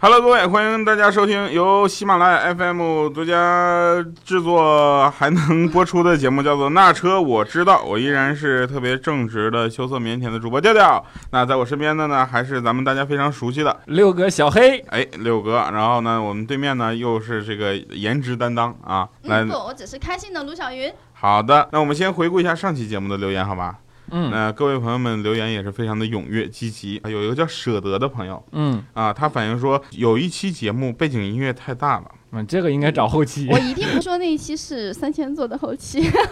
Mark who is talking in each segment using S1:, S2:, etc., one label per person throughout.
S1: Hello，各位，欢迎大家收听由喜马拉雅 FM 独家制作还能播出的节目，叫做《那车我知道》，我依然是特别正直的、羞涩腼腆的主播调调。那在我身边的呢，还是咱们大家非常熟悉的
S2: 六个小黑，
S1: 哎六哥，然后呢，我们对面呢又是这个颜值担当啊，来
S3: 嗯，不，我只是开心的卢 小云。
S1: 好的，那我们先回顾一下上期节目的留言，好吧？
S2: 嗯
S1: 那各位朋友们留言也是非常的踊跃积极，啊有一个叫舍得的朋友
S2: 嗯
S1: 啊，他反映说有一期节目背景音乐太大了，
S2: 嗯，这个应该找后期
S3: 我。一定不说那一期是三千座的后期，
S1: 嗯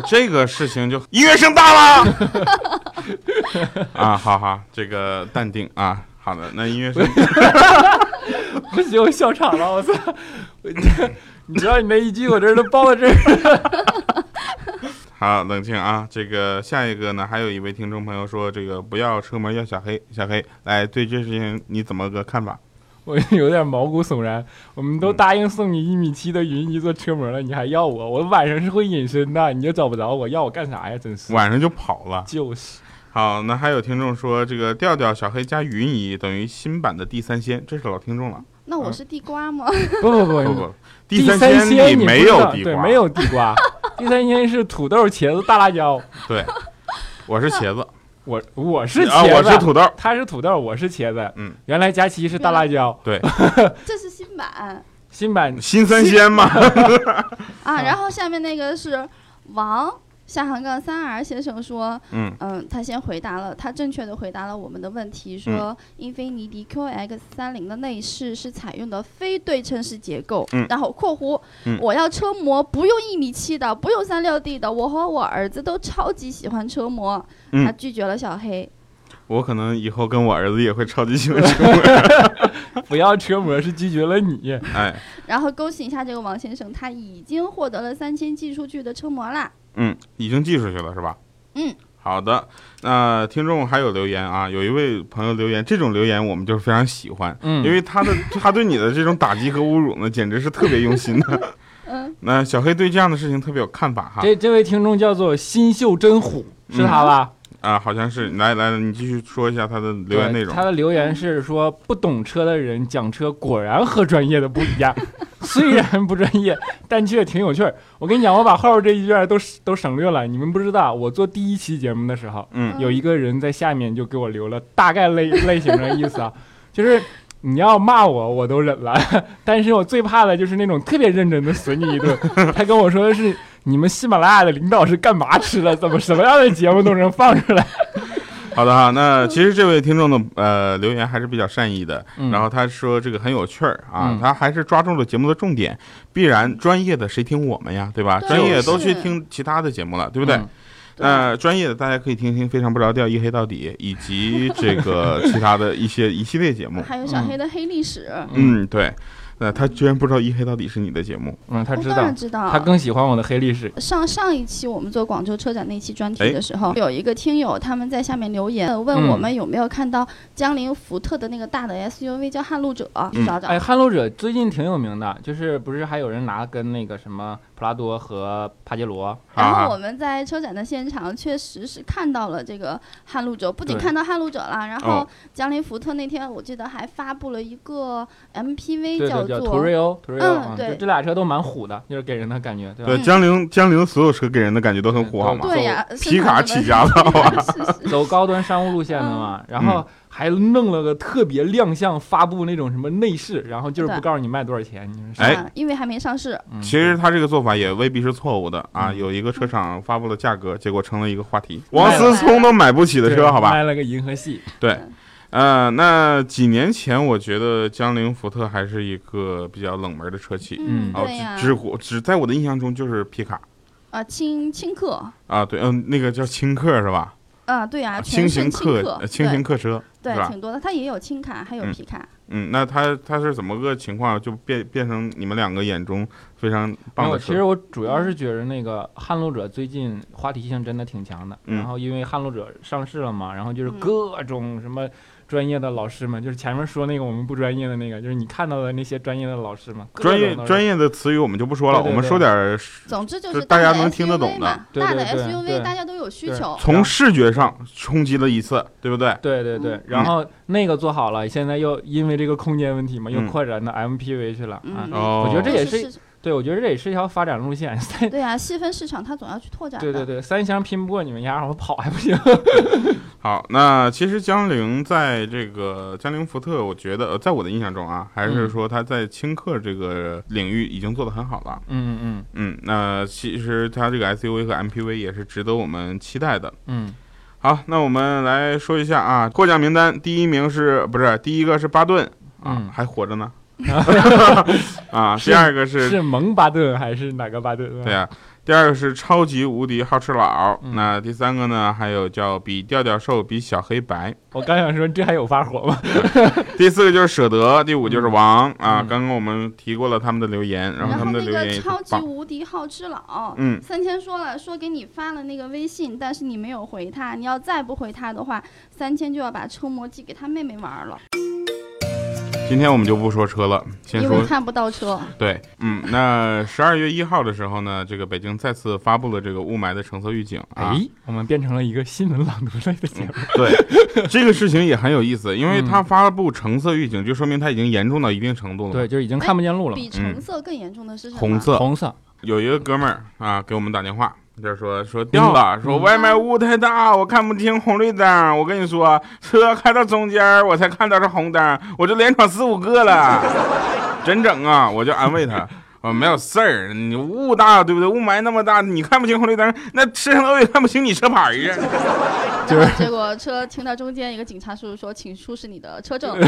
S1: 不，这个事情就音乐声大 了啊，好好，这个淡定啊，好的，那音乐声
S2: 不 行，我笑场了，我操！ 我这你知道你那一句，我这都爆到这儿。
S1: 好冷静啊，这个下一个呢，还有一位听众朋友说这个不要车模要小黑，小黑来对这事情你怎么个看法？
S2: 我有点毛骨悚然。我们都答应送你一米七的云一做车模了，你还要我？我晚上是会隐身的，你就找不着我，要我干啥呀？真是，
S1: 晚上就跑了。
S2: 就是
S1: 好，那还有听众说这个调调小黑加云姨等于新版的地三鲜，这是老听众了。
S3: 那我是地瓜吗？
S1: 嗯
S2: 不不不
S1: 不
S2: 不，
S1: 不，
S2: 嗯第
S1: 三
S2: 三
S1: 鲜
S2: 鲜
S1: 里
S2: 你
S1: 没
S2: 不知
S1: 有
S2: 道
S1: 地
S2: 对
S1: 瓜，
S2: 没。有地 瓜。第三鲜是土豆、茄子、大辣椒。
S1: 对，我是茄子，
S2: 我我是
S1: 啊，
S2: 茄子，
S1: 我是土豆。
S2: 他是土豆，我是茄子。
S1: 嗯，
S2: 原来佳琪是大辣椒。
S3: 这是新
S1: 嗯
S3: 版
S2: 新版
S1: 新三鲜嘛，
S3: 啊。然后下面那个是王下横杠三 R 先生说，
S1: 嗯，
S3: 嗯，他先回答了，他正确的回答了我们的问题，
S1: 嗯
S3: 说英菲尼迪 QX 三零的内饰是采用的非对称式结构，
S1: 嗯
S3: 然后括弧，
S1: 嗯
S3: 我要车模不用一米七的，不用三六 D 的，我和我儿子都超级喜欢车模，
S1: 嗯
S3: 他拒绝了小黑，
S1: 我可能以后跟我儿子也会超级喜欢吃 味儿。
S2: 不要车模是拒绝了你，
S1: 哎，
S3: 然后恭喜一下这个王先生，他已经获得了三千寄出去的车模啦。
S1: 嗯，已经寄出去了是吧？
S3: 嗯，
S1: 好的。那听众还有留言啊，有一位朋友留言，这种留言我们就是非常喜欢，
S2: 嗯
S1: 因为他 的他对你的这种打击和侮辱呢，简直是特别用心的。
S3: 嗯，
S1: 那小黑对这样的事情特别有看法哈。
S2: 这这位听众叫做新秀真虎，
S1: 嗯
S2: 是他吧？
S1: 啊，好像是。来来，你继续说一下他的留言内容
S2: 对他。的留言是说，不懂车的人讲车果然和专业的不 一样，虽然不专业，但却挺有趣儿。我跟你讲，我把后边这一段都都省略了，你们不知道，我做第一期节目的时候，
S1: 嗯
S2: 有一个人在下面就给我留了大概类 类型的意思啊，就是你要骂我我都忍了， 但是我最怕的就是那种特别认真的损你一顿。 他跟我说的是你们喜马拉雅的领导是干嘛吃的？怎么 什么样的节目都能放出来？
S1: 好的哈，那其实这位听众的呃留言还是比较善意的，
S3: 嗯
S1: 然后他说这个很有趣儿啊，
S2: 嗯
S1: 他还是抓住了节目的重点，必然专业的谁听我们呀，对吧？
S3: 对
S1: 专业都
S3: 是
S1: 去听其他的节目了，对
S2: 对
S1: 不对？
S2: 嗯
S3: 对
S1: 那专业的大家可以听听《非常不着调》《一黑到底》，以及这个其他的一些一系列节目。
S3: 还有小黑的黑历史，
S1: 嗯，对。那他居然不知道《一黑到底》是你的节目，
S2: 嗯，他
S3: 我
S2: 知
S3: 当
S2: 道
S3: 然，知道。
S2: 他更喜欢我的黑历史。
S3: 上上一期我们做广州车展那期专题
S1: 哎
S3: 的时候，有一个听友他们在下面留言呃问
S2: 嗯
S3: 我们有没有看到江铃福特的那个大的 SUV 叫撼路者，
S1: 嗯
S3: 去找找。
S2: 哎，撼路者最近挺有名的，就是不是还有人拿跟那个什么普拉多和帕杰罗？
S3: 然
S1: 啊
S3: 后我们在车展的现场确实是看到了这个撼路者，不仅
S2: 对
S3: 看到撼路者了，然
S1: 哦
S3: 后江铃福特那天我记得还发布了一个
S2: 对
S3: MPV
S2: 对，叫
S3: 做
S2: 途锐欧，途锐欧
S3: 嗯
S2: 啊，
S3: 对
S2: 就这俩车都蛮虎的，就是给人的感觉，对吧？
S1: 对
S3: 嗯
S1: 江铃江铃所有车给人的感觉都很虎，
S2: 对
S1: 好吗？
S3: 对呀，呃
S1: 皮
S3: 是
S1: 卡
S3: 他们
S1: 起家的好 吧？
S3: 是是
S2: 走高端商务路线的
S3: 嗯
S2: 嘛，然
S1: 嗯
S2: 后还弄了个特别亮相发布那种什么内饰，然后就是不
S3: 对
S2: 告诉你卖多少钱，你说啥
S1: 哎
S3: 啊因为还没上市，
S2: 嗯
S1: 其实他这个做法也未必是错误的啊。
S2: 嗯
S1: 有一个车厂发布了价格，结果成了一个话题，
S2: 卖
S1: 王
S2: 了
S1: 思聪都买不起的车，
S2: 对
S1: 好吧？
S2: 卖了个银河系，
S1: 呃，那几年前我觉得江铃福特还是一个比较冷门的车企，
S2: 嗯
S1: 啊，
S3: 对呀
S1: 只，只火只在我的印象中就是皮卡
S3: 啊，轻轻客，
S1: 啊，对，嗯，那个叫轻客是吧？
S3: 啊，对呀，
S1: 轻
S3: 全
S1: 型
S3: 是
S1: 客
S3: 客，
S1: 呃轻型客车
S3: 对
S1: 是
S3: 对，
S1: 吧？
S3: 挺多的，它也有轻卡，还有
S1: 嗯
S3: 皮卡，
S1: 嗯，那它它是怎么个情况？就变变成你们两个眼中非常
S2: 没
S1: 棒
S2: 有，
S1: 的
S2: 其
S1: 车
S2: 实我主要是觉得那个撼路者最近话题性真的挺强的，
S1: 嗯
S2: 然后因为撼路者上市了嘛，然后就是
S3: 嗯
S2: 各种什么。专业的老师们，就是前面说那个我们不专业的那个，就是你看到的那些专业的老师们，
S1: 专业专
S2: 业
S1: 业的词语我们就不说了，
S2: 对对
S1: 我们
S2: 对
S1: 说点儿
S3: 总之就
S1: 就是大家
S3: 的
S1: 能听得
S3: SUV
S1: 懂的
S3: 嘛，
S2: 对
S3: 大
S2: 对
S3: 的
S2: 对对
S3: SUV 大家都有需
S2: 对
S3: 求，
S1: 从视觉上冲击了一次，对不对？
S2: 对对对
S3: 嗯，
S2: 然后那个做好了，现在又因为这个空间问题嘛，又
S1: 嗯
S2: 扩展到 MPV 去了啊
S3: 嗯。
S1: 哦
S2: 我觉得这也
S3: 都
S2: 是
S3: 市
S2: 对，我觉得这也是一条发展路线。 三
S3: 对啊，细分市场它总要去拓展
S2: 对
S3: 的。
S2: 对对，三厢拼不过你们丫，我跑还不行。
S1: 好，那其实江铃在这个江铃福特，我觉得呃在我的印象中啊，还是
S2: 嗯
S1: 说它在轻客这个领域已经做得很好了。
S2: 嗯嗯
S1: 嗯，那其实它这个 SUV 和 MPV 也是值得我们期待的。
S2: 嗯
S1: 好，那我们来说一下啊，获奖名单第一名是不是第一个是巴顿啊，
S2: 嗯
S1: 还活着 呢
S2: 嗯，
S1: 啊，
S2: 是
S1: 第二个
S2: 是蒙巴顿还是哪个巴顿？
S1: 对啊，第二个是超级无敌好吃佬，
S2: 嗯
S1: 那第三个呢，还有叫比调调瘦，比小黑白，
S2: 我刚想说这还有发火吗？
S1: 第四个就是舍得，第五就是王、啊。
S2: 嗯
S1: 刚刚我们提过了他们的留言，然后
S3: 然
S1: 他
S3: 后
S1: 们的
S3: 那
S1: 留言
S3: 个
S1: 也
S3: 超
S1: 很
S3: 级
S1: 棒。
S3: 无敌好吃佬，
S1: 嗯，
S3: 三千说了，说给你发了那个微信，但是你没有回他，你要再不回他的话，三千就要把车模寄给他妹妹玩了，
S1: 今天我们就不说车了，先
S3: 因
S1: 说
S3: 为看不到车。
S1: 对，嗯，那十二月一号的时候呢，这个北京再次发布了这个雾霾的橙色预警啊。
S2: 哎，我们变成了一个新闻朗读类的节目。
S1: 对，这个事情也很有意思，因为
S2: 嗯
S1: 它发布橙色预警，就说明它已经严重到一定程度了嘛。嗯
S2: 对，就已经看不见路了。
S3: 哎比橙色更严重的是什么？
S1: 红色，
S2: 红色，
S1: 有一个哥们儿啊给我们打电话，就是说说掉
S3: 嗯
S1: 了，说外卖雾太大，我看不清红绿灯。我跟你说，车开到中间儿我才看到是红灯，我就连闯四五个 了，真整啊！我就安慰他。啊，没有事儿，你雾大对不对？雾霾那么大，你看不清红绿灯，那摄像头也看不清你车牌儿啊。
S3: 然后结果车停到中间，一个警察叔叔说：“请出示你的 车证。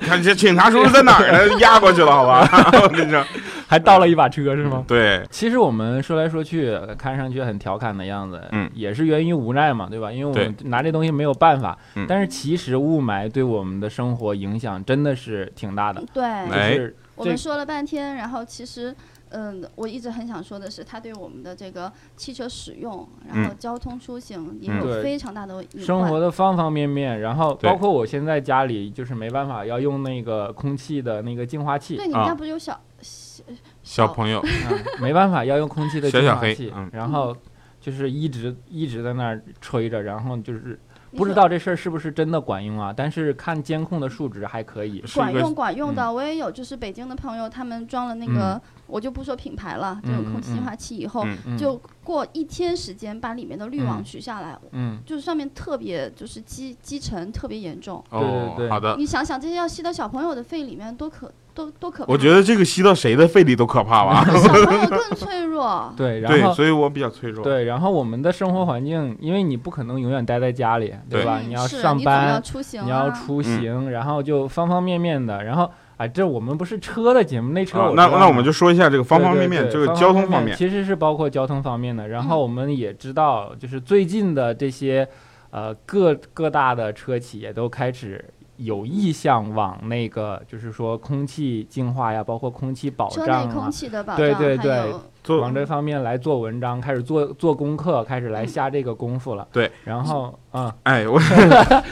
S1: 看这警察叔叔在哪儿 呢？压过去了，好吧？我跟你说，
S2: 还倒了一把车是吗？
S1: 对，
S2: 其实我们说来说去，呃看上去很调侃的样子，
S1: 嗯
S2: 也是源于无奈嘛，对吧？因为我们拿这东西没有办法。
S1: 嗯
S2: 但是其实雾霾对我们的生活影响真的是挺大的，”
S3: 对
S2: 就，
S1: 哎
S2: 是
S3: 我们说了半天，然后其实，嗯，我一直很想说的是，它对我们的这个汽车使用，然后交通出行也
S1: 嗯
S2: 对
S3: 有非常大的隐患。
S2: 生活的方方面面。然后
S1: 对
S2: 包括我现在家里就是没办法要用那个空气的那个净化器，
S3: 对，你
S1: 啊
S3: 们家不是有小小
S1: 小朋友，
S2: 啊，没办法要用空气的
S1: 小
S2: 净
S1: 小
S2: 化
S1: 黑
S2: 器
S1: 嗯，
S2: 然后就是一直一直在那儿吹着，然后就是。
S3: 你
S2: 不知
S3: 说
S2: 道这事儿是不是真的管用啊？但是看监控的数值还可以。
S1: 是一
S3: 管
S1: 个
S3: 用管用
S1: 嗯
S3: 的，我也有，就是北京的朋友，他们装了那个，我就不说品牌了，这种空气净化器以后，
S1: 嗯
S2: 嗯
S3: 就过一天时间把里面的滤网取下来，
S2: 嗯，
S3: 就是上面特别就是积积尘特别严重。
S1: 哦，
S2: 对对对。
S1: 好的。
S3: 你想想，这些要吸到小朋友的肺里面，多可多多可怕！
S1: 我觉得这个吸到谁的肺里都可怕吧。
S3: 小朋友更脆弱
S2: 对，然
S1: 对，
S2: 后
S1: 所以我比较脆弱。
S2: 对，然后我们的生活环境，因为你不可能永远待在家里，
S1: 对
S2: 吧？
S3: 嗯
S2: 你要
S3: 是
S2: 上
S3: 你总要
S2: 班，
S3: 出行、啊，
S2: 你要出
S1: 嗯
S2: 行，然后就方方面面的，然后啊，这我们不是车的节目，那车
S1: 啊
S2: 我
S1: 那
S2: 知道
S1: 那我
S2: 嘛
S1: 们就说一下这个方
S2: 对
S1: 方
S2: 对
S1: 面面，
S2: 对
S1: 这个
S2: 方
S1: 交
S2: 方
S1: 通方
S2: 面
S1: 面。
S2: 其实是包括交通方面的。然后
S3: 嗯
S2: 我们也知道，就是最近的这些呃各各大的车企也都开始。有意向往那个，就是说空气净化呀，包括空气保
S3: 车
S2: 障
S3: 内空
S2: 啊，
S3: 气的保障，
S2: 对对对
S3: 还有
S1: 做
S2: 往这方面来做文章，开始做做功课，开始来
S3: 嗯
S2: 下这个功夫了。
S1: 对，
S2: 然后啊，
S1: 哎， 我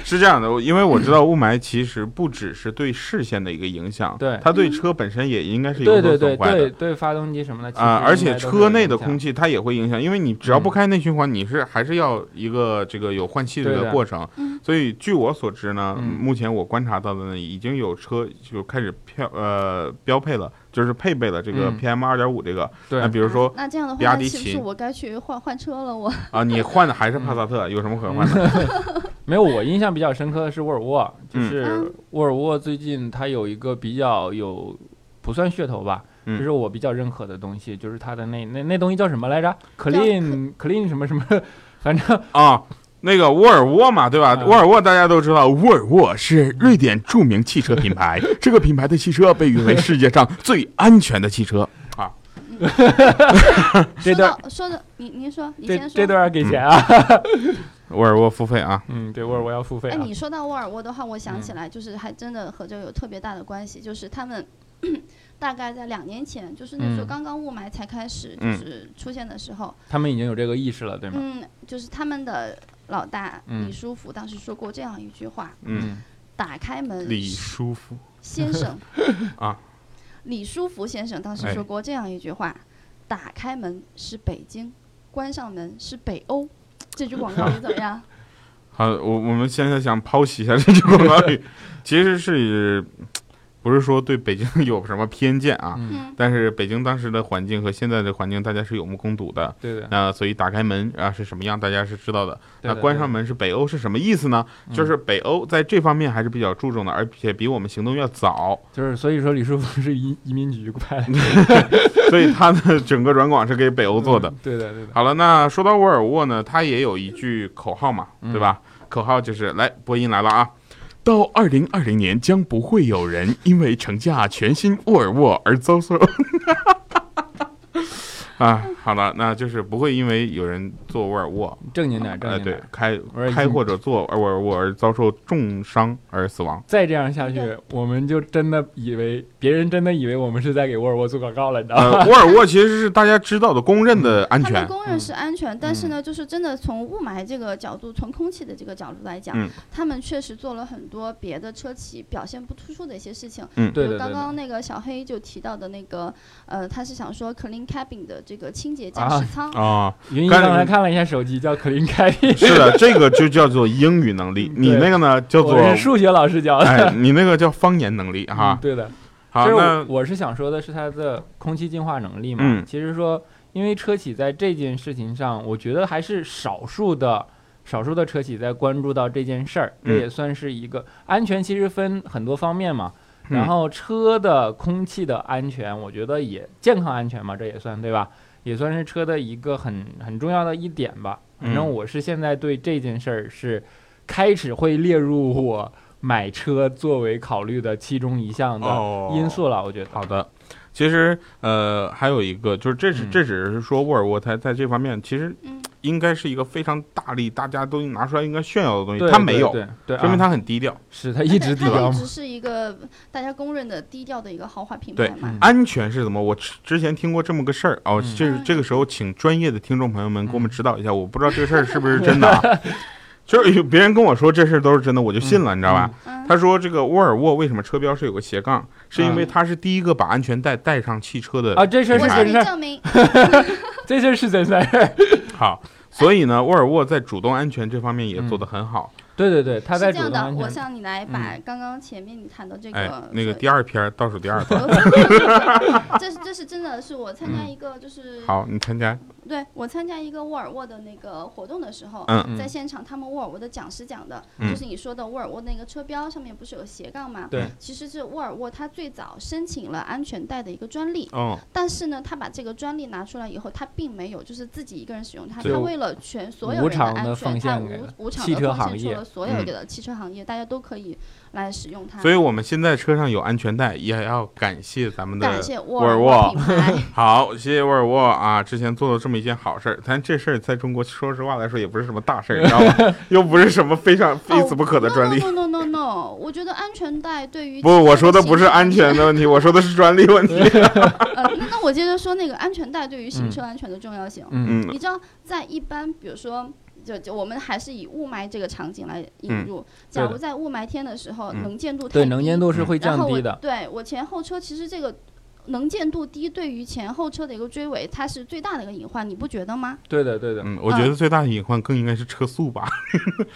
S1: 是这样的，我因为我知道雾霾其实不只是对视线的一个影响，
S2: 对
S1: 它对车本身也应该是有
S2: 对对
S1: 所
S2: 对
S1: 损坏
S2: 对
S1: 的。
S2: 对，发动机什么的
S1: 啊、而且车内的
S2: 气。
S1: 空气它也会影响，因为你只
S2: 嗯
S1: 要不开内循环，你是还是要一个这个有换气
S2: 对
S1: 的
S2: 的
S1: 过程。
S3: 嗯
S1: 所以据我所知呢，
S2: 嗯
S1: 目前我观察到的呢，已经有车就开始标呃标配了，就是配备了这个
S2: 嗯
S1: PM 二点五这个。
S2: 对
S1: 啊那比如说
S3: 那这样的话，
S1: 比亚迪
S3: 那是不
S1: 秦
S3: 是我该去换换车了？我
S1: 啊，你换的还是帕萨特，有什么可换的？
S2: 没有，我印象比较深刻的是沃尔沃，就
S1: 嗯
S2: 是
S3: 嗯
S2: 沃尔沃最近它有一个比较有不算噱头吧，
S1: 嗯
S2: 就是我比较认可的东西，就是它的那那那东西叫什么来着
S3: 叫
S2: ？Clean Clean 什么什么，反正
S1: 啊，那个沃尔沃嘛，对吧？
S2: 嗯
S1: 沃尔沃大家都知道，沃尔沃是瑞典著名汽车品 牌，这个品牌的汽车被誉为世界上最安全的汽车。
S2: 这
S3: 说
S2: 段
S3: 到说的，你您说，你
S2: 这
S3: 先说。
S2: 这段给钱啊，
S1: 沃尔沃付费啊，
S2: 嗯，对，沃尔沃要付费
S3: 哎，
S2: 啊，嗯
S3: 你说到沃尔沃的话，我想起来，就是还真的和这个有特别大的关系，就是他们 大概在两年前，就是那时候
S2: 嗯
S3: 刚刚雾霾才开始就
S1: 嗯
S3: 是出现的时候，
S2: 他们已经有这个意识了，对
S3: 嗯
S2: 吗？
S3: 嗯，就是他们的老大
S2: 嗯
S3: 李书福当时说过这样一句话，
S1: 嗯，
S3: 打开门，
S1: 李叔父
S3: 先生
S1: 啊，
S3: 李书福先生当时说过这样一句话：“
S1: 哎
S3: 打开门是北京，关上门是 北欧。”这句广告语怎么样？
S1: 好，我我们现在想剖析一下这句广告 语，其实是不是说对北京 有什么偏见啊？
S2: 嗯，
S3: 嗯，
S1: 但是北京当时的环境和现在的环境，大家是有目共睹的。
S2: 对的，
S1: 那所以打开门啊是什么样，大家是知道的。
S2: 对
S1: 那
S2: 的
S1: 关上，门是北欧是什么意思呢？
S2: 嗯
S1: 就是北欧在这方面还是比较注重的，而且比我们行动要 早，
S2: 就是所以说李书福是移移民局派来
S1: 所以它的整个软广是给北欧做的。，
S2: 对的对的，
S1: 好了，那说到沃尔沃呢，它也有一句口号嘛，
S2: 嗯
S1: 对吧？口号就是来播音来了啊。到二零二零年，将不会有人因为乘驾全新沃尔沃而遭受。 啊，好了，那就是不会因为有人坐沃尔沃，
S2: 正经点正
S1: 呃，
S2: 经点
S1: 对。，开
S2: 而
S1: 开或者坐沃尔沃而遭受重伤而死亡。
S2: 再这样下去，我们就真的以为别人真的以为我们是在给沃尔沃做广告了，你
S3: 嗯
S2: 知道吗？
S1: 呃，沃尔沃其实是大家知道的公认
S2: 嗯
S1: 的安
S3: 他们
S1: 全，嗯
S3: 公认是安全，但是呢，就是真的从雾霾这个角度，从空气的这个角度来讲，
S1: 嗯
S3: 他们确实做了很多别的车企表现不突出的一些事情。
S2: 对
S3: 就
S2: 的对
S3: 刚
S2: 的，
S3: 刚那个小黑就提到的那个，呃，他是想说 clean cabin 的这个清洁驾驶舱，
S1: 啊，
S2: 云姨
S1: 干
S2: 刚才看了一下手机，叫 Clean c a t i
S1: 是的，这个就叫做英语能 力，
S2: 嗯
S1: 你
S2: 对
S1: 那个呢叫做
S2: 我是数学老师教 的。
S1: 哎，你那个叫方言能力哈
S2: 嗯。对的，
S1: 好，
S2: 就是
S1: 那
S2: 我我是想说的是它的空气净化能力嘛。
S1: 嗯
S2: 其实说，因为车企在这件事情上，我觉得还是少数的。少数的车企在关注到这件事儿，这
S1: 嗯
S2: 也算是一个安全。其实分很多方面嘛，
S1: 嗯
S2: 然后车的空气的安全，我觉得也健康安全嘛，这也算对吧？也算是车的一个很很重要的一点吧。反正
S1: 嗯
S2: 我是现在对这件事儿是开始会列入我买车作为考虑的其中一项的
S1: 哦
S2: 因素了，我觉得。
S1: 好的。其实，呃，还有一个就是，这是
S2: 嗯
S1: 这只是说沃尔沃它在这方面其实
S3: 嗯，
S1: 应该是一个非常大力，大家都拿出来应该炫耀的东西，
S2: 对，
S1: 它没有，
S2: 对，对，
S1: 说明
S2: 啊
S1: 它很低调。
S2: 是他 一直
S3: 它
S2: 低调
S3: 一
S2: 嘛
S3: 直。是一个大家公认的低调的一个豪华品
S1: 对
S3: 牌嘛
S2: 嗯。
S1: 安全是怎么？我之之前听过这么个事儿哦，
S2: 嗯
S1: 这是这个时候请专业的听众朋友们给我们指导一下，我不知道这个事儿是不是真的啊。就是有别人跟我说这事儿都是真的，我就信了，你知道吧？
S3: 嗯，
S1: 他说这个沃尔沃为什么车标是有个斜杠，是因为
S2: 嗯
S1: 它是第一个把安全带带上汽车的
S2: 啊，这事
S1: 这
S2: 儿
S3: 我
S2: 是
S1: 品牌
S3: 向
S2: 真
S3: 你
S2: 事儿，
S3: 证明，
S2: 这事儿是真 事儿。
S1: 好，所以呢，沃尔沃在主动安全这方面也做得很好。
S2: 对对对，他
S3: 是
S2: 在
S3: 这
S2: 主
S3: 样
S2: 动
S3: 的，
S2: 安
S3: 我
S2: 全。嗯
S3: 向你来把刚刚前面你谈的这
S1: 哎
S3: 个，
S1: 那个
S3: 对
S1: 第二篇倒数第二 段，
S3: 这是这是真的是我参
S2: 嗯
S3: 加一个就是，
S1: 好，你参加，
S3: 对我参加一个沃尔沃的那个活动的时候，
S1: 嗯
S2: 嗯
S3: 在现场他们沃尔沃的讲师讲的，
S1: 嗯
S3: 就是你说的沃尔沃那个车标上面不是有斜杠吗？
S2: 对，
S3: 其实是沃尔沃它最早申请了安全带的一个专利，
S1: 哦，
S3: 但是呢，它把这个专利拿出来以后，它并没有就是自己一个人使用它，
S1: 对
S3: 它为了全所有
S2: 无
S3: 人的
S2: 偿
S3: 安
S2: 地
S3: 全，
S2: 奉
S3: 它
S2: 献给了
S3: 无无偿
S2: 汽车
S3: 的
S2: 行
S3: 奉献
S2: 业
S3: 出了所有
S1: 嗯
S3: 的汽车行业，大家都可以来使用它。
S1: 所以我们现在车上有安全带，也要感谢咱们的
S3: 感谢沃
S1: 沃尔
S3: 尔
S1: 沃
S3: 沃品牌。
S1: 好，谢谢沃尔沃啊！之前做了这么一件好事儿，但这事儿在中国说实话来说也不是什么大事儿，你知道吗？又不是什么非常非死不可的 专利。
S3: No no no no no，我觉得安全带对于
S1: 不，我说的不是安全。的问题，我说的是专利问题。
S3: 呃，那那我接着说那个安全带对于行车安全的重要性。
S2: 嗯
S1: 嗯
S3: 你知道，在一般比如说。就就我们还是以雾霾这个场景来
S2: 嗯
S3: 引入。假如在雾霾天的时候，
S1: 嗯
S3: 能见度太
S2: 对，
S3: 低
S2: 能见度是会
S3: 嗯然
S2: 降
S3: 后我
S2: 低的。
S3: 对我前后车其实这个能见度低，对于前后车的一个追尾，它是最大的一个隐患，你不觉得吗？
S2: 对的，对的。
S1: 嗯，我觉得最大的隐患更应该是车速吧。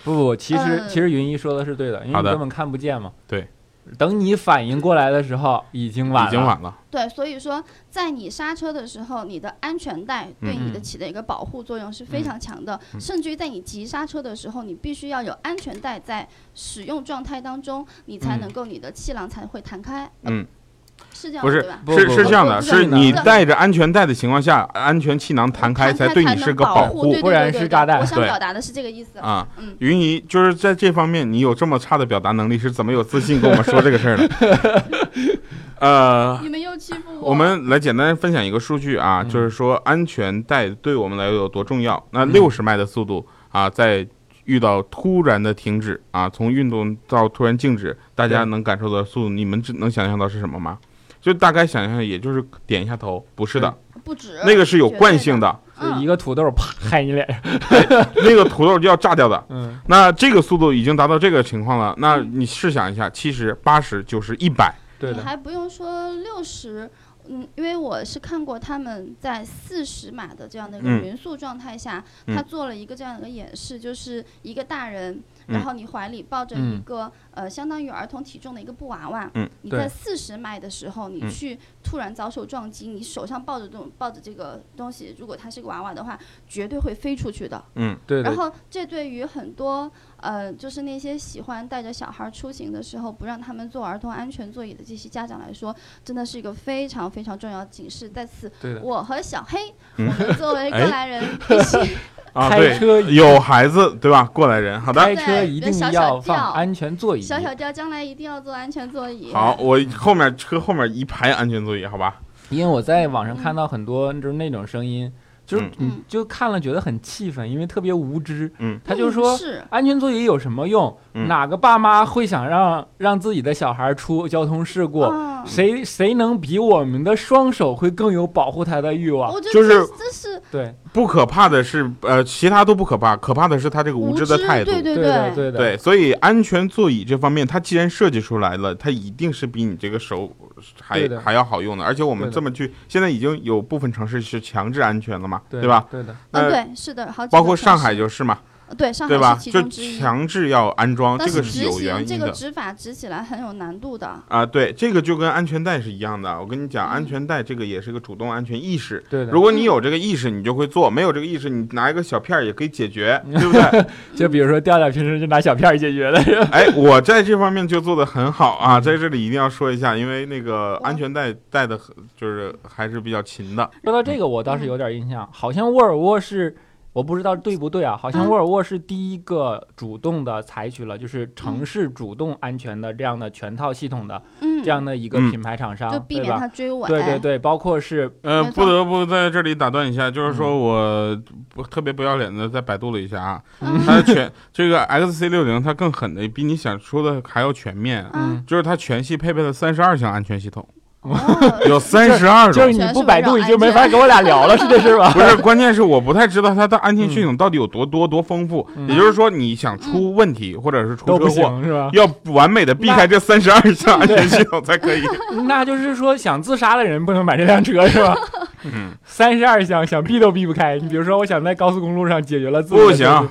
S2: 不不，其实
S3: 呃
S2: 其实云一说的是对的，因为
S1: 好
S2: 你
S1: 的
S2: 根本看不见嘛。
S1: 对，
S2: 等你反应过来的时候，已经晚了。
S1: 已经晚了。
S3: 对，所以说在你刹车的时候，你的安全带对你的
S2: 嗯
S3: 起的一个保护作用是非常强的，
S1: 嗯
S3: 甚至于在你急刹车的时候，你必须要有安全带在使用状态当中，你才
S2: 嗯
S3: 能够你的气囊才会弹开。呃
S1: 嗯，
S3: 是这样
S1: 不
S3: 的
S1: 是
S3: 对吧？
S2: 不
S1: 是
S2: 不
S1: 是这样的，
S3: 不
S1: 是
S2: 是
S1: 你
S3: 的
S1: 带着安全带的情况下，安全气囊弹开
S3: 弹
S1: 才对你
S3: 能
S1: 是个
S3: 保
S1: 护
S3: 对
S2: 不
S3: 对
S2: 然
S3: 对对
S2: 是
S3: 对
S2: 炸弹
S3: 我想
S1: 对
S3: 表达的是这个意思。
S1: 啊。
S3: 嗯，
S1: 云姨就是在这方面，你有这么差的表达能力，是怎么有自信跟我们说这个事儿的？呃，
S3: 你们又欺负
S1: 我们来简单分享一个数据啊，
S2: 嗯
S1: 就是说安全带对我们来说有多重要。那
S2: 嗯
S1: 六十迈的速度啊，在遇到突然的停止啊，从运动到突然静止，大家
S2: 对
S1: 能感受到的速度，你们只能想象到是什么吗？就大概想象，也就是点一下头，不是的，
S3: 不止
S1: 那个是有惯性的，
S3: 嗯
S2: 就一个土豆啪
S1: 嗯
S2: 嗨你脸上，
S1: 那个土豆就要炸掉的。
S2: 嗯，
S1: 那这个速度已经达到这个情况了，那你试想一下，七十、八十、九十、一百，
S2: 对
S3: 你
S2: 的，
S3: 还不用说六十，嗯，因为我是看过他们在四十码的这样的一个
S1: 嗯
S3: 匀速状态下，
S1: 嗯
S3: 他做了一个这样的一个演示，就是一个大人，
S1: 嗯
S3: 然后你怀里抱着一
S2: 嗯
S3: 个、呃相当于儿童体重的一个布娃娃，
S1: 嗯
S3: 你
S2: 对
S3: 在四十迈的时候，
S1: 嗯
S3: 你去突然遭受撞击，你手上抱着这种抱着这个东西，如果它是个娃娃的话，绝对会飞出去的。
S1: 嗯，
S2: 对
S3: 然
S2: 的，
S3: 后，这对于很多呃，就是那些喜欢带着小孩儿出行的时候不让他们坐儿童安全座椅的这些家长来说，真的是一个非常非常重要的警示。在此，
S2: 对的，
S3: 我和小黑，我
S1: 嗯
S3: 们 作为过
S1: 哎
S3: 来人，必须
S1: 啊，
S2: 开
S1: 对，
S2: 车一
S1: 有孩子对吧？过来人，好的，
S2: 开车一定
S3: 小小
S2: 要
S3: 调
S2: 放安全座椅，
S3: 小小调将来一定要坐安全座椅。
S1: 好，，我后面车后面一排安全座椅，好吧？
S2: 因为我在网上看到很多就是那种声音，就是
S1: 嗯
S2: 你就看了觉得很气愤，因为特别无知。
S1: 嗯，
S2: 他就说
S3: 是
S2: 安全座椅有什么用？
S1: 嗯
S2: 哪个爸妈会想让让自己的小孩出交通事故？
S3: 嗯
S2: 谁谁能比我们的双手会更有保护他的欲望？
S3: 我觉得
S1: 就
S3: 这
S1: 是
S3: 这是
S2: 对
S1: 不可怕的是，呃，其他都不可怕，可怕的是他这个无知的态度。
S3: 对对
S2: 的对的，
S1: 对，所以安全座椅这方面，它既然设计出来了，它一定是比你这个手还
S2: 对的
S1: 还要好用的。而且我们
S2: 对的
S1: 这么去，现在已经有部分城市是强制安全了嘛，
S2: 对
S1: 对吧？？
S2: 对的，
S1: 那
S3: 嗯，对，是的，好几
S1: 包
S3: 个
S1: 括
S3: 城
S1: 上海
S3: 市
S1: 就是嘛，
S3: 对上
S1: 对
S3: 海
S1: 吧？
S3: 是其
S1: 就
S3: 中之一。
S1: 强制要安装，
S3: 但
S1: 这
S3: 是
S1: 个
S3: 执
S1: 有原
S3: 行
S1: 因
S3: 这个
S1: 的。
S3: 执法执起来很有难度的，
S1: 啊，对，这个就跟安全带是一样的。我跟你讲，
S3: 嗯
S1: 安全带这个也是个主动安全意识。
S2: 对的。
S1: 如果你有这个意识，你就会做；没有这个意识，你拿一个小片儿也可以解 决，对不对？
S2: 就比如说调调平时就拿小片儿解决的，是吧
S1: 哎，我在这方面就做的很好
S2: 嗯
S1: 啊，在这里一定要说一下，因为那个安全带带的就是还是比较勤的。
S2: 说到这
S3: 嗯
S2: 个，我倒是有点印象，好像沃尔沃是。我不知道对不对啊？好像
S3: 嗯
S2: 沃尔沃是第一个主动的采取了就是城市主动安全的这样的全套系统的
S3: 嗯，
S2: 这样的一个
S1: 嗯
S2: 品牌厂商
S3: 就，避
S2: 对
S3: 免
S2: 吧？
S3: 他追尾。
S2: 对对对，包括是
S1: 呃，
S3: 没
S1: 不
S3: 错
S1: 得不在这里打断一下，就是说
S2: 嗯
S1: 我不特别不要脸的在百度了一下啊，
S3: 嗯
S1: 它全 这个 XC 六零它更狠的，比你想说的还要全面，
S3: 嗯，
S1: 就是它全系配备了三十二项安全系统，
S3: 哦，
S1: 有三十二
S2: 就是
S1: 种。
S2: 你不百度你就没法跟我俩聊了， 是这事 儿吧？
S1: 不是，关键是我不太知道它的安全系统到底有多多多丰富。
S2: 嗯
S1: 也就是说，你想出问题或者是出
S2: 都
S1: 车
S2: 不
S1: 祸，
S2: 行是吧？
S1: 要完美的避开这三十二项安全系统才可以。
S2: 那就是说想自杀的人不能买这辆车是吧？
S1: 嗯，
S2: 三十二项想避都避不开。你比如说，我想在高速公路上解决了自己的
S1: 不行
S2: 车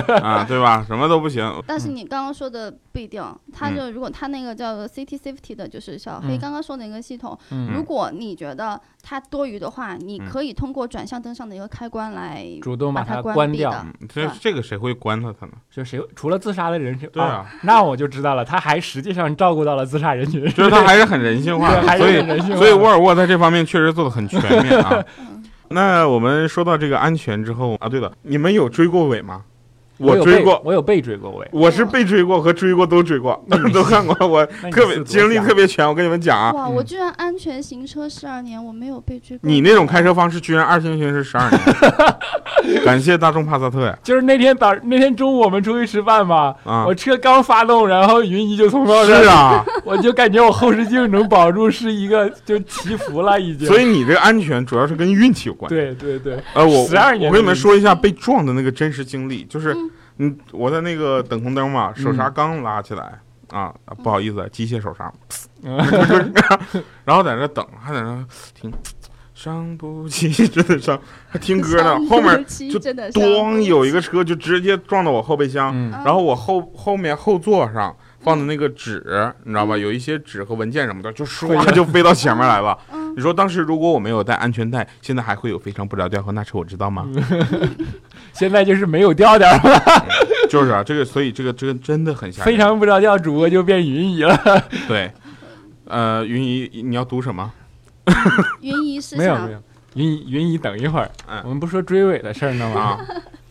S2: 子
S1: 啊，对吧？什么都不行。
S3: 但是你刚刚说的不一定，他就如果他那个叫做 City Safety 的，就是小黑
S2: 嗯
S3: 刚刚说的那个系统，
S2: 嗯
S3: 如果你觉得它多余的话，你可以通过转向灯上的一个开关来
S2: 主动把
S3: 它
S2: 它
S3: 关
S2: 关
S3: 闭
S2: 掉，
S3: 的。
S1: 嗯，这
S3: 对
S1: 这个谁会关了他呢？
S2: 就谁除了自杀的人是
S1: 对
S2: 啊，
S1: 啊，
S2: 那我就知道了，他还实际上照顾到了自杀人群，
S1: 就是他还是很人性化
S2: 对
S1: 的，
S2: 还是
S1: 所以
S2: 很人性化
S1: 所以沃尔沃在这方面确实做的很全面 啊。
S3: 嗯，
S1: 那我们说到这个安全之后啊，对了，你们有追过尾吗？
S2: 我有
S1: 追
S2: 被
S1: 过，
S2: 我有被追过尾，
S1: 我是被追过和追过都追过
S2: 那你，
S1: 都看过，我
S2: 那你
S1: 特别
S2: 是多
S1: 经历
S2: 假
S1: 特别全。我跟你们讲啊，
S3: 哇，
S2: 嗯
S3: 我居然安全行车十二年，我没有被追过。
S1: 你那种开车方式居然二星巡是十二年， 感谢大众帕萨特呀
S2: 就是那天早那天中午我们出去吃饭嘛，
S1: 啊！
S2: 我车刚发动，然后云姨就从后
S1: 是
S2: 面，
S1: 啊，
S2: 我就感觉我后视镜能保住是一个就祈福了已经，
S1: 所以你这个安全主要是跟运气有关。
S2: 对对对，
S1: 呃，我
S2: 12年
S1: 我跟你们说一下被撞的那个真实经历，就是
S3: 嗯
S1: 嗯，我在那个等红灯嘛，手刹刚拉起来。啊，不好意思，机械手刹，
S2: 嗯
S1: 然后在那等，还在那听，伤不起，真的伤，还听歌呢
S3: 上。
S1: 后面
S3: 周期
S1: 就
S3: 真的上
S1: 咣有一个车就直接撞到我后备箱，
S2: 嗯
S1: 然后我后后面后座上放的那个纸，你知道吧？
S2: 嗯
S1: 有一些纸和文件什么的，就唰就飞到前面来了。
S3: 嗯，
S1: 你说当时如果我没有带安全带，现在还会有非常不着调和那车，我知道
S2: 嗯
S1: 吗？
S2: 现在就是没有调调了，
S1: 就是啊，这个所以这个这个真的很吓人，
S2: 非常不着调，主播就变云姨了，
S1: 对。呃，云姨，你要读什 么？
S3: 云姨是
S2: 没有
S3: 想
S2: 没有，云姨云姨等一会儿，
S1: 嗯
S2: 我们不说追尾的事儿呢吗？
S1: 啊，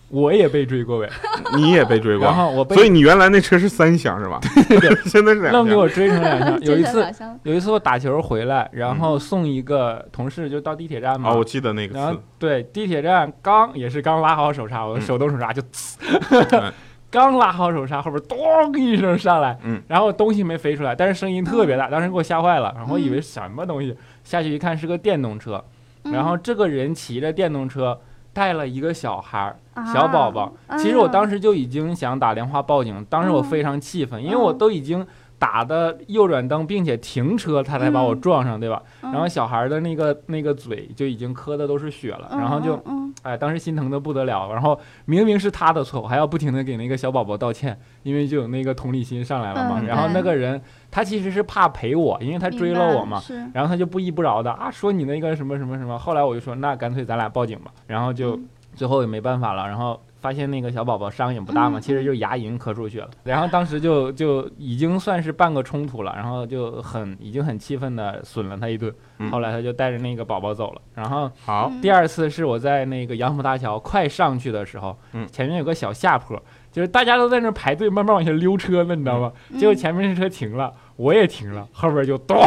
S1: 我
S2: 我也被追过尾，
S1: 你也被追
S2: 然
S1: 过，
S2: 后我被
S1: 所以你原来那车是三厢 是吧？ 现在是两
S2: 愣给
S1: 厢。
S2: 我追成两下，有
S3: 真
S2: 一
S3: 的
S2: 次
S3: 好像
S2: 有一次我打球回来，然后送一个同事就到地铁站嘛，
S1: 啊，嗯我记得那
S2: 然
S1: 个
S2: 后
S1: 词，
S2: 对地铁站刚也是刚拉好手刹，我的
S1: 嗯
S2: 手动手刹就呲，
S1: 嗯
S2: 刚拉好手刹，后边咚一声上来，
S1: 嗯
S2: 然后东西没飞出来，但是声音特别大，当时给我吓坏了，然后我以为什么东西，下去一看是个电动车，
S3: 嗯
S2: 然后这个人骑着电动车。带了一个小孩儿，
S3: 啊
S2: 小宝宝。其实我当
S3: 时
S2: 时就已经想打电话报警，当时我
S3: 嗯
S2: 非常气愤，因为我都已经打的右转灯，并且停车，他才把
S3: 嗯
S2: 我撞上，对吧？
S3: 然
S2: 然后小孩的那个那个嘴就已经磕的都是血了，然后就
S3: 嗯
S2: 哎，当时心疼的不得了。然后明明是他的错，我还要不停的给那个小宝宝道歉，因为就有那个同理心上来了嘛。
S1: 嗯
S2: 然后那
S3: 对
S2: 个人他其实是怕赔我，因为他追了我嘛。
S3: 是
S2: 然后他就不依不饶的啊，说你那个什么什么什么。后来我就说，那干脆咱俩报警吧。然后就
S3: 嗯
S2: 最后也没办法了，然后发现那个小宝宝伤也不大嘛，
S3: 嗯
S2: 其实就是牙龈磕出血了。然后当时就就已经算是半个冲突了，然后就很已经很气愤的损了他一顿
S1: 嗯。
S2: 后来他就带着那个宝宝走了。然后
S1: 好，
S3: 嗯
S2: 第二次是我在那个杨浦大桥快上去的时候，
S1: 嗯
S2: 前面有个小下坡，就是大家都在那儿排队慢慢往下溜车呢，你知道吗？
S3: 嗯
S2: 结果前面的车停了，我也停了，后边就咚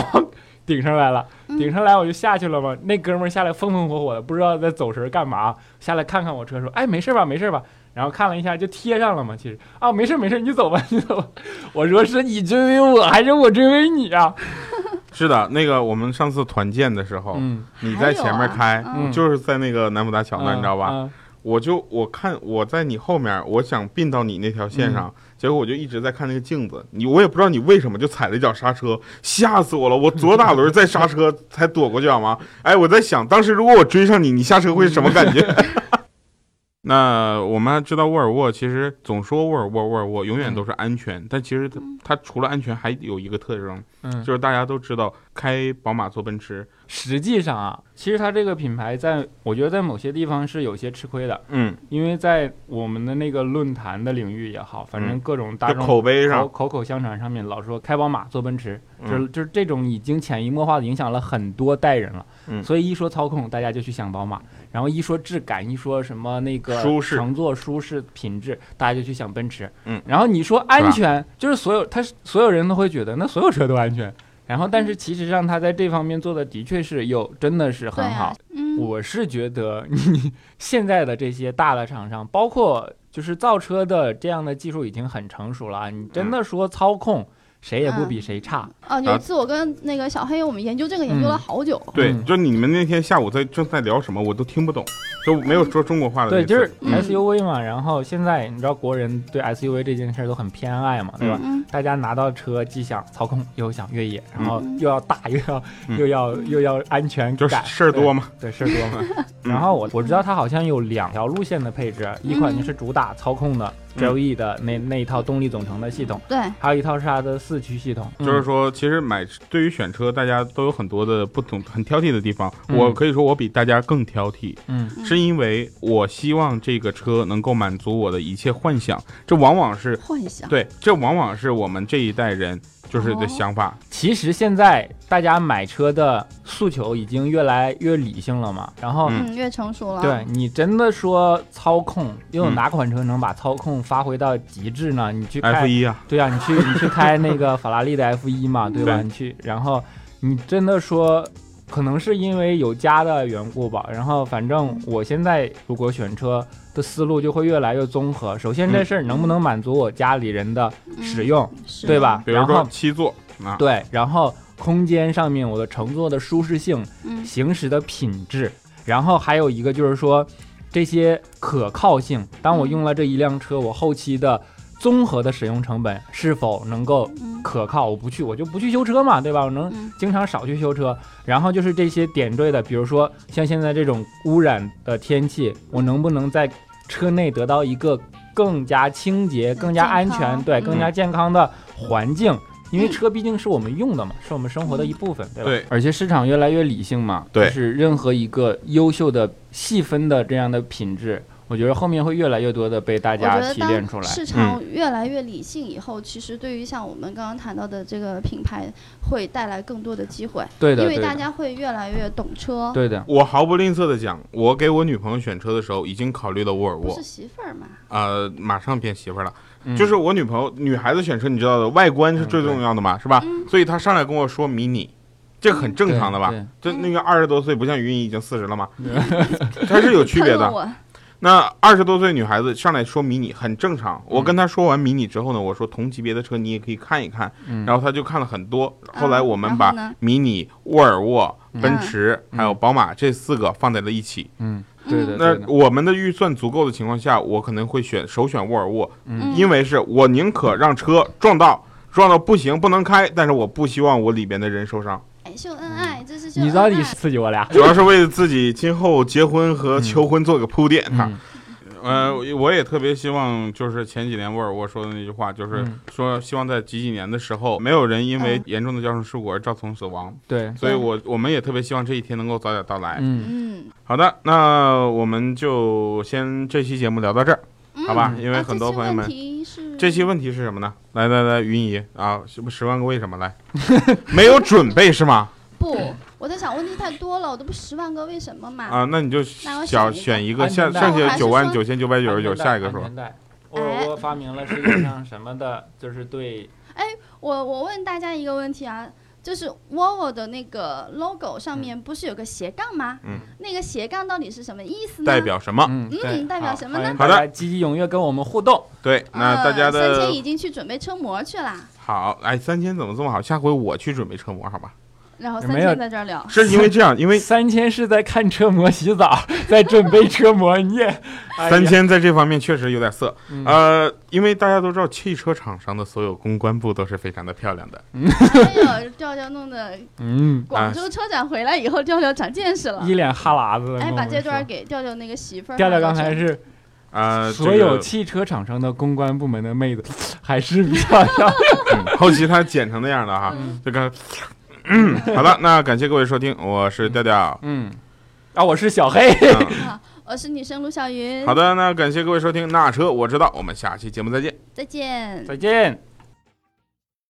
S2: 顶上来了，顶上来我就下去了嘛。那哥们儿下来风风火火的，不知道在走神儿干嘛，下来看看我车，说：“哎，没事吧，没事吧。”然后看了一下就贴上了嘛，其实啊，没事没事，你走吧，你走吧。我说是你追尾我还是我追尾你啊？
S1: 是的，那个我们上次团建的时候，
S2: 嗯，
S1: 你在
S3: 啊
S1: 前面开，
S2: 嗯
S1: 就是在那个南浦大桥那儿，你知道吧？
S2: 嗯？
S1: 我就我看我在你后面，我想并到你那条
S2: 嗯
S1: 线上，结果我就一直在看那个镜子，你我也不知道你为什么就踩了一脚刹车，吓死我了！我左打轮再刹 车才躲过去好吗？哎，我在想，当时如果我追上你，你下车会是什么感 觉？ 那我们还知道沃尔沃，其实总说沃尔沃沃尔沃永
S2: 嗯
S1: 远都是安全，但其实它
S3: 嗯
S1: 它除了安全还有一个特征，
S2: 嗯，
S1: 就是大家都知道开宝马坐奔驰，
S2: 实际上啊，其实它这个品牌在，我觉得在某些地方是有些吃亏的，
S1: 嗯，
S2: 因为在我们的那个论坛的领域也好，反正
S1: 嗯
S2: 各种大
S1: 在
S2: 众
S1: 口碑
S2: 口
S1: 上，
S2: 口口相传上面老说开宝马坐奔驰，
S1: 嗯
S2: 就是就是这种已经潜移默化的影响了很多代人了。
S1: 嗯
S2: 所以一说操控，大家就去想宝马；然后一说质感，一说什么那个
S1: 舒适
S2: 乘坐舒适、品质，大家就去想奔驰。
S1: 嗯
S2: 然后你说安全，就是所有他所有人都会觉得那所有车都安全。然后，
S3: 嗯
S2: 但是其实上他在这方面做的的确是有，真的是很好。，
S3: 嗯对啊
S2: 我是觉得你 现在的这些大的厂商，包括就是造车的这样的技术已经很成熟了啊。你真的说操控，谁也不比谁差。
S3: 嗯嗯啊，有一次我跟那个小黑，我们研究这个研究了好久，
S1: 对，
S2: 嗯
S1: 就你们那天下午在正在聊什么，我都听不懂，就没有说中国话的那
S2: 对，
S1: 次。
S2: 就是
S3: 嗯
S2: SUV 嘛。然后现在你知道国人对 SUV 这件事儿都很偏爱嘛，对吧？
S3: 嗯
S2: 大家拿到车既想操控，又想越野，然后
S3: 嗯
S2: 又要大，又要、
S1: 嗯
S2: 又要又要安全
S1: 就是
S2: 感，
S1: 事儿多嘛。
S2: 对，对事儿多嘛。
S1: 嗯
S2: 然后我我知道它好像有两条路线的配置，啊一款
S3: 嗯
S2: 就是主打操控的
S1: 嗯
S2: GLE 的那那一套动力总成的系统，
S3: 对，
S2: 还有一套是它的四驱系统，
S1: 嗯就是说，其实买对于选车，大家都有很多的不同、很挑剔的地方。
S2: 嗯
S1: 我可以说，我比大家更挑剔，
S2: 嗯
S3: 嗯
S1: 是因为我希望这个车能够满足我的一切幻想。这往往是
S3: 幻想，
S1: 对，这往往是我们这一代人就是的
S3: 哦
S1: 想法。
S2: 其实现在大家买车的诉求已经越来越理性了嘛，然后、
S1: 嗯
S3: 嗯，越成熟了，
S2: 对，你真的说操控，又有
S1: 嗯
S2: 哪款车能把操控发挥到极致呢？你去
S1: F
S2: 开，
S1: 一啊，
S2: 对啊，你去你去开那个 法拉利的 F 一嘛，对吧？
S1: 对
S2: 你去，然后你真的说，可能是因为有家的缘故吧。然后反正我现在如果选车的思路就会越来越综合。首先这
S1: 嗯
S2: 事儿能不能满足我家里人的使用，
S3: 嗯是
S2: 对吧？
S1: 比如
S2: 然
S1: 说
S2: 后
S1: 七座啊，
S2: 对，然后空间上面我的乘坐的舒适性，
S3: 嗯
S2: 行驶的品质，然后还有一个就是说这些可靠性。当我用了这一辆车，我后期的综合的使用成本是否能够
S3: 嗯
S2: 可靠？我不去，我就不去修车嘛，对吧？我能
S3: 嗯
S2: 经常少去修车。然后就是这些点缀的，比如说像现在这种污染的天气，我能不能在车内得到一个更加清洁、更加安
S3: 健
S2: 全、
S3: 康
S2: 对
S3: 嗯
S2: 更加健康的环境？因为
S3: 嗯
S2: 车毕竟是我们用的嘛，是我们生活的一部分，对吧？
S1: 对
S2: 而且市场越来越理性嘛，
S1: 对
S2: 就是任何一个优秀的细分的这样的品质，我觉得后面会越来越多的被大
S3: 我觉
S2: 家
S3: 得
S2: 提炼出
S3: 当
S2: 来。嗯
S3: 市场越来越理性以后，其实对于像我们刚刚谈到的这个品牌，会带来更多的机会，
S2: 对的，
S3: 因
S2: 对
S3: 为大
S2: 的，
S3: 家会越来越懂车，
S2: 对的。
S1: 我毫不吝啬的讲，我给我女朋友选车的时候，已经考虑了沃尔
S3: 不
S1: 沃
S3: 是，媳妇儿嘛，
S1: 呃，马上变媳妇儿了。
S2: 嗯
S1: 就是我女朋友，女孩子选车，你知道的，外观是最重要的嘛，是吧？所以她上来跟我说迷你，这很正常的吧？
S2: 嗯对
S1: 这那个二十多岁，不像云姨已经四十了嘛，
S2: 对
S1: 它是有区别
S3: 喷了
S1: 的。
S3: 我
S1: 那二十多岁女孩子上来说迷你很正常。我跟她说完迷你之后呢，我说同级别的车你也可以看一看，
S2: 嗯
S1: 然后她就看了很多。后来
S3: 嗯
S1: 我们
S3: 然后
S1: 把
S3: 呢
S1: 迷你、沃尔沃、奔
S3: 嗯
S1: 驰还有宝马这四个放在了一起，
S2: 嗯，对的，
S1: 那
S2: 对的
S1: 我们的预算足够的情况下，我可能会选首选沃尔沃，
S2: 嗯
S1: 因为是我宁可让车撞到，撞到不行不能开，但是我不希望我里边的人受 伤，
S3: 哎，秀恩爱，这是秀
S2: 你到
S3: 恩
S2: 底
S3: 爱。
S2: 刺激我俩？
S1: 主要是为了自己今后结婚和求婚做个铺垫哈
S2: 嗯。
S1: 呃，我也特别希望，就是前几年沃尔沃说的那句话，就是
S2: 嗯
S1: 说希望在几几年的时候，没有人因为
S3: 嗯
S1: 严重的交通事故而造成死亡。
S2: 对，
S1: 所以
S3: 对
S1: 我我们也特别希望这一天能够早点到来。
S2: 嗯，
S3: 嗯，
S1: 好的，那我们就先这期节目聊到这儿，
S3: 嗯
S1: 好吧？
S2: 嗯
S1: 因为
S3: 啊
S1: 很多朋友们，
S3: 这期问题是
S1: 这期问题是什么呢？来来来，云姨啊，什么十万个为什么来？没有准备是 吗？
S3: 不，我在想问题太多了，我都不十万个为什么嘛。
S1: 啊，那你就
S3: 那我
S1: 小
S3: 选一个
S1: 选一个，下
S2: 安全带
S1: 剩
S3: 啊我
S1: 下
S3: 还是
S1: 九万
S3: 说啊
S1: 九千九百九十九，下一个说。
S4: 说。沃
S3: 哎
S4: 尔沃发明了世界上什么的，就是对
S3: 我我问大家一个问题啊，就是 Volvo 的那个 logo 上面不是有个斜杠吗？
S1: 嗯，
S3: 那个斜杠到底是什么意思呢？
S1: 代表什么？
S2: 嗯，对
S3: 嗯，，代表什么呢？
S1: 好
S2: 好
S1: 的
S2: 的，积极踊跃跟我们互动。
S1: 对，那大家
S3: 呃、三
S1: 的
S3: 千已经去准备车模去了，
S1: 好，哎，三千怎么这么好？下回我去准备车模，好 吧？
S3: 然后三
S2: 没有
S3: 千在这儿聊。
S1: 是因为这样，因为
S2: 三千是在看车模洗澡，在准备 车模，哎你也
S3: 哎
S1: 三，千在这方面确实有点色。
S2: 哎呀嗯
S1: 呃，因为大家都知道，汽车厂商的所有公关部都是非常的漂亮的。
S3: 哎呦，调调弄 得
S2: 嗯，
S1: 啊
S3: 广州车展回来以后，调调长见识了。
S2: 一脸哈喇子的。
S3: 哎，
S2: 跟我
S3: 把
S2: 们
S3: 这段
S2: 说
S3: 给调调那个媳妇儿。
S2: 调调刚才是
S1: 呃，
S2: 所有汽车厂商的公关部门的妹子，还是比 较像。
S1: 这个嗯后期他剪成那样的哈，
S2: 嗯
S1: 就刚。嗯，好了，那感谢各位收听，我是调调。
S2: 嗯，啊，我是小黑。
S1: 嗯
S3: 啊我是女生卢小云。
S1: 好，的，那感谢各位收听那车我知道，我们下期节目再见。
S3: 再见。
S2: 再见。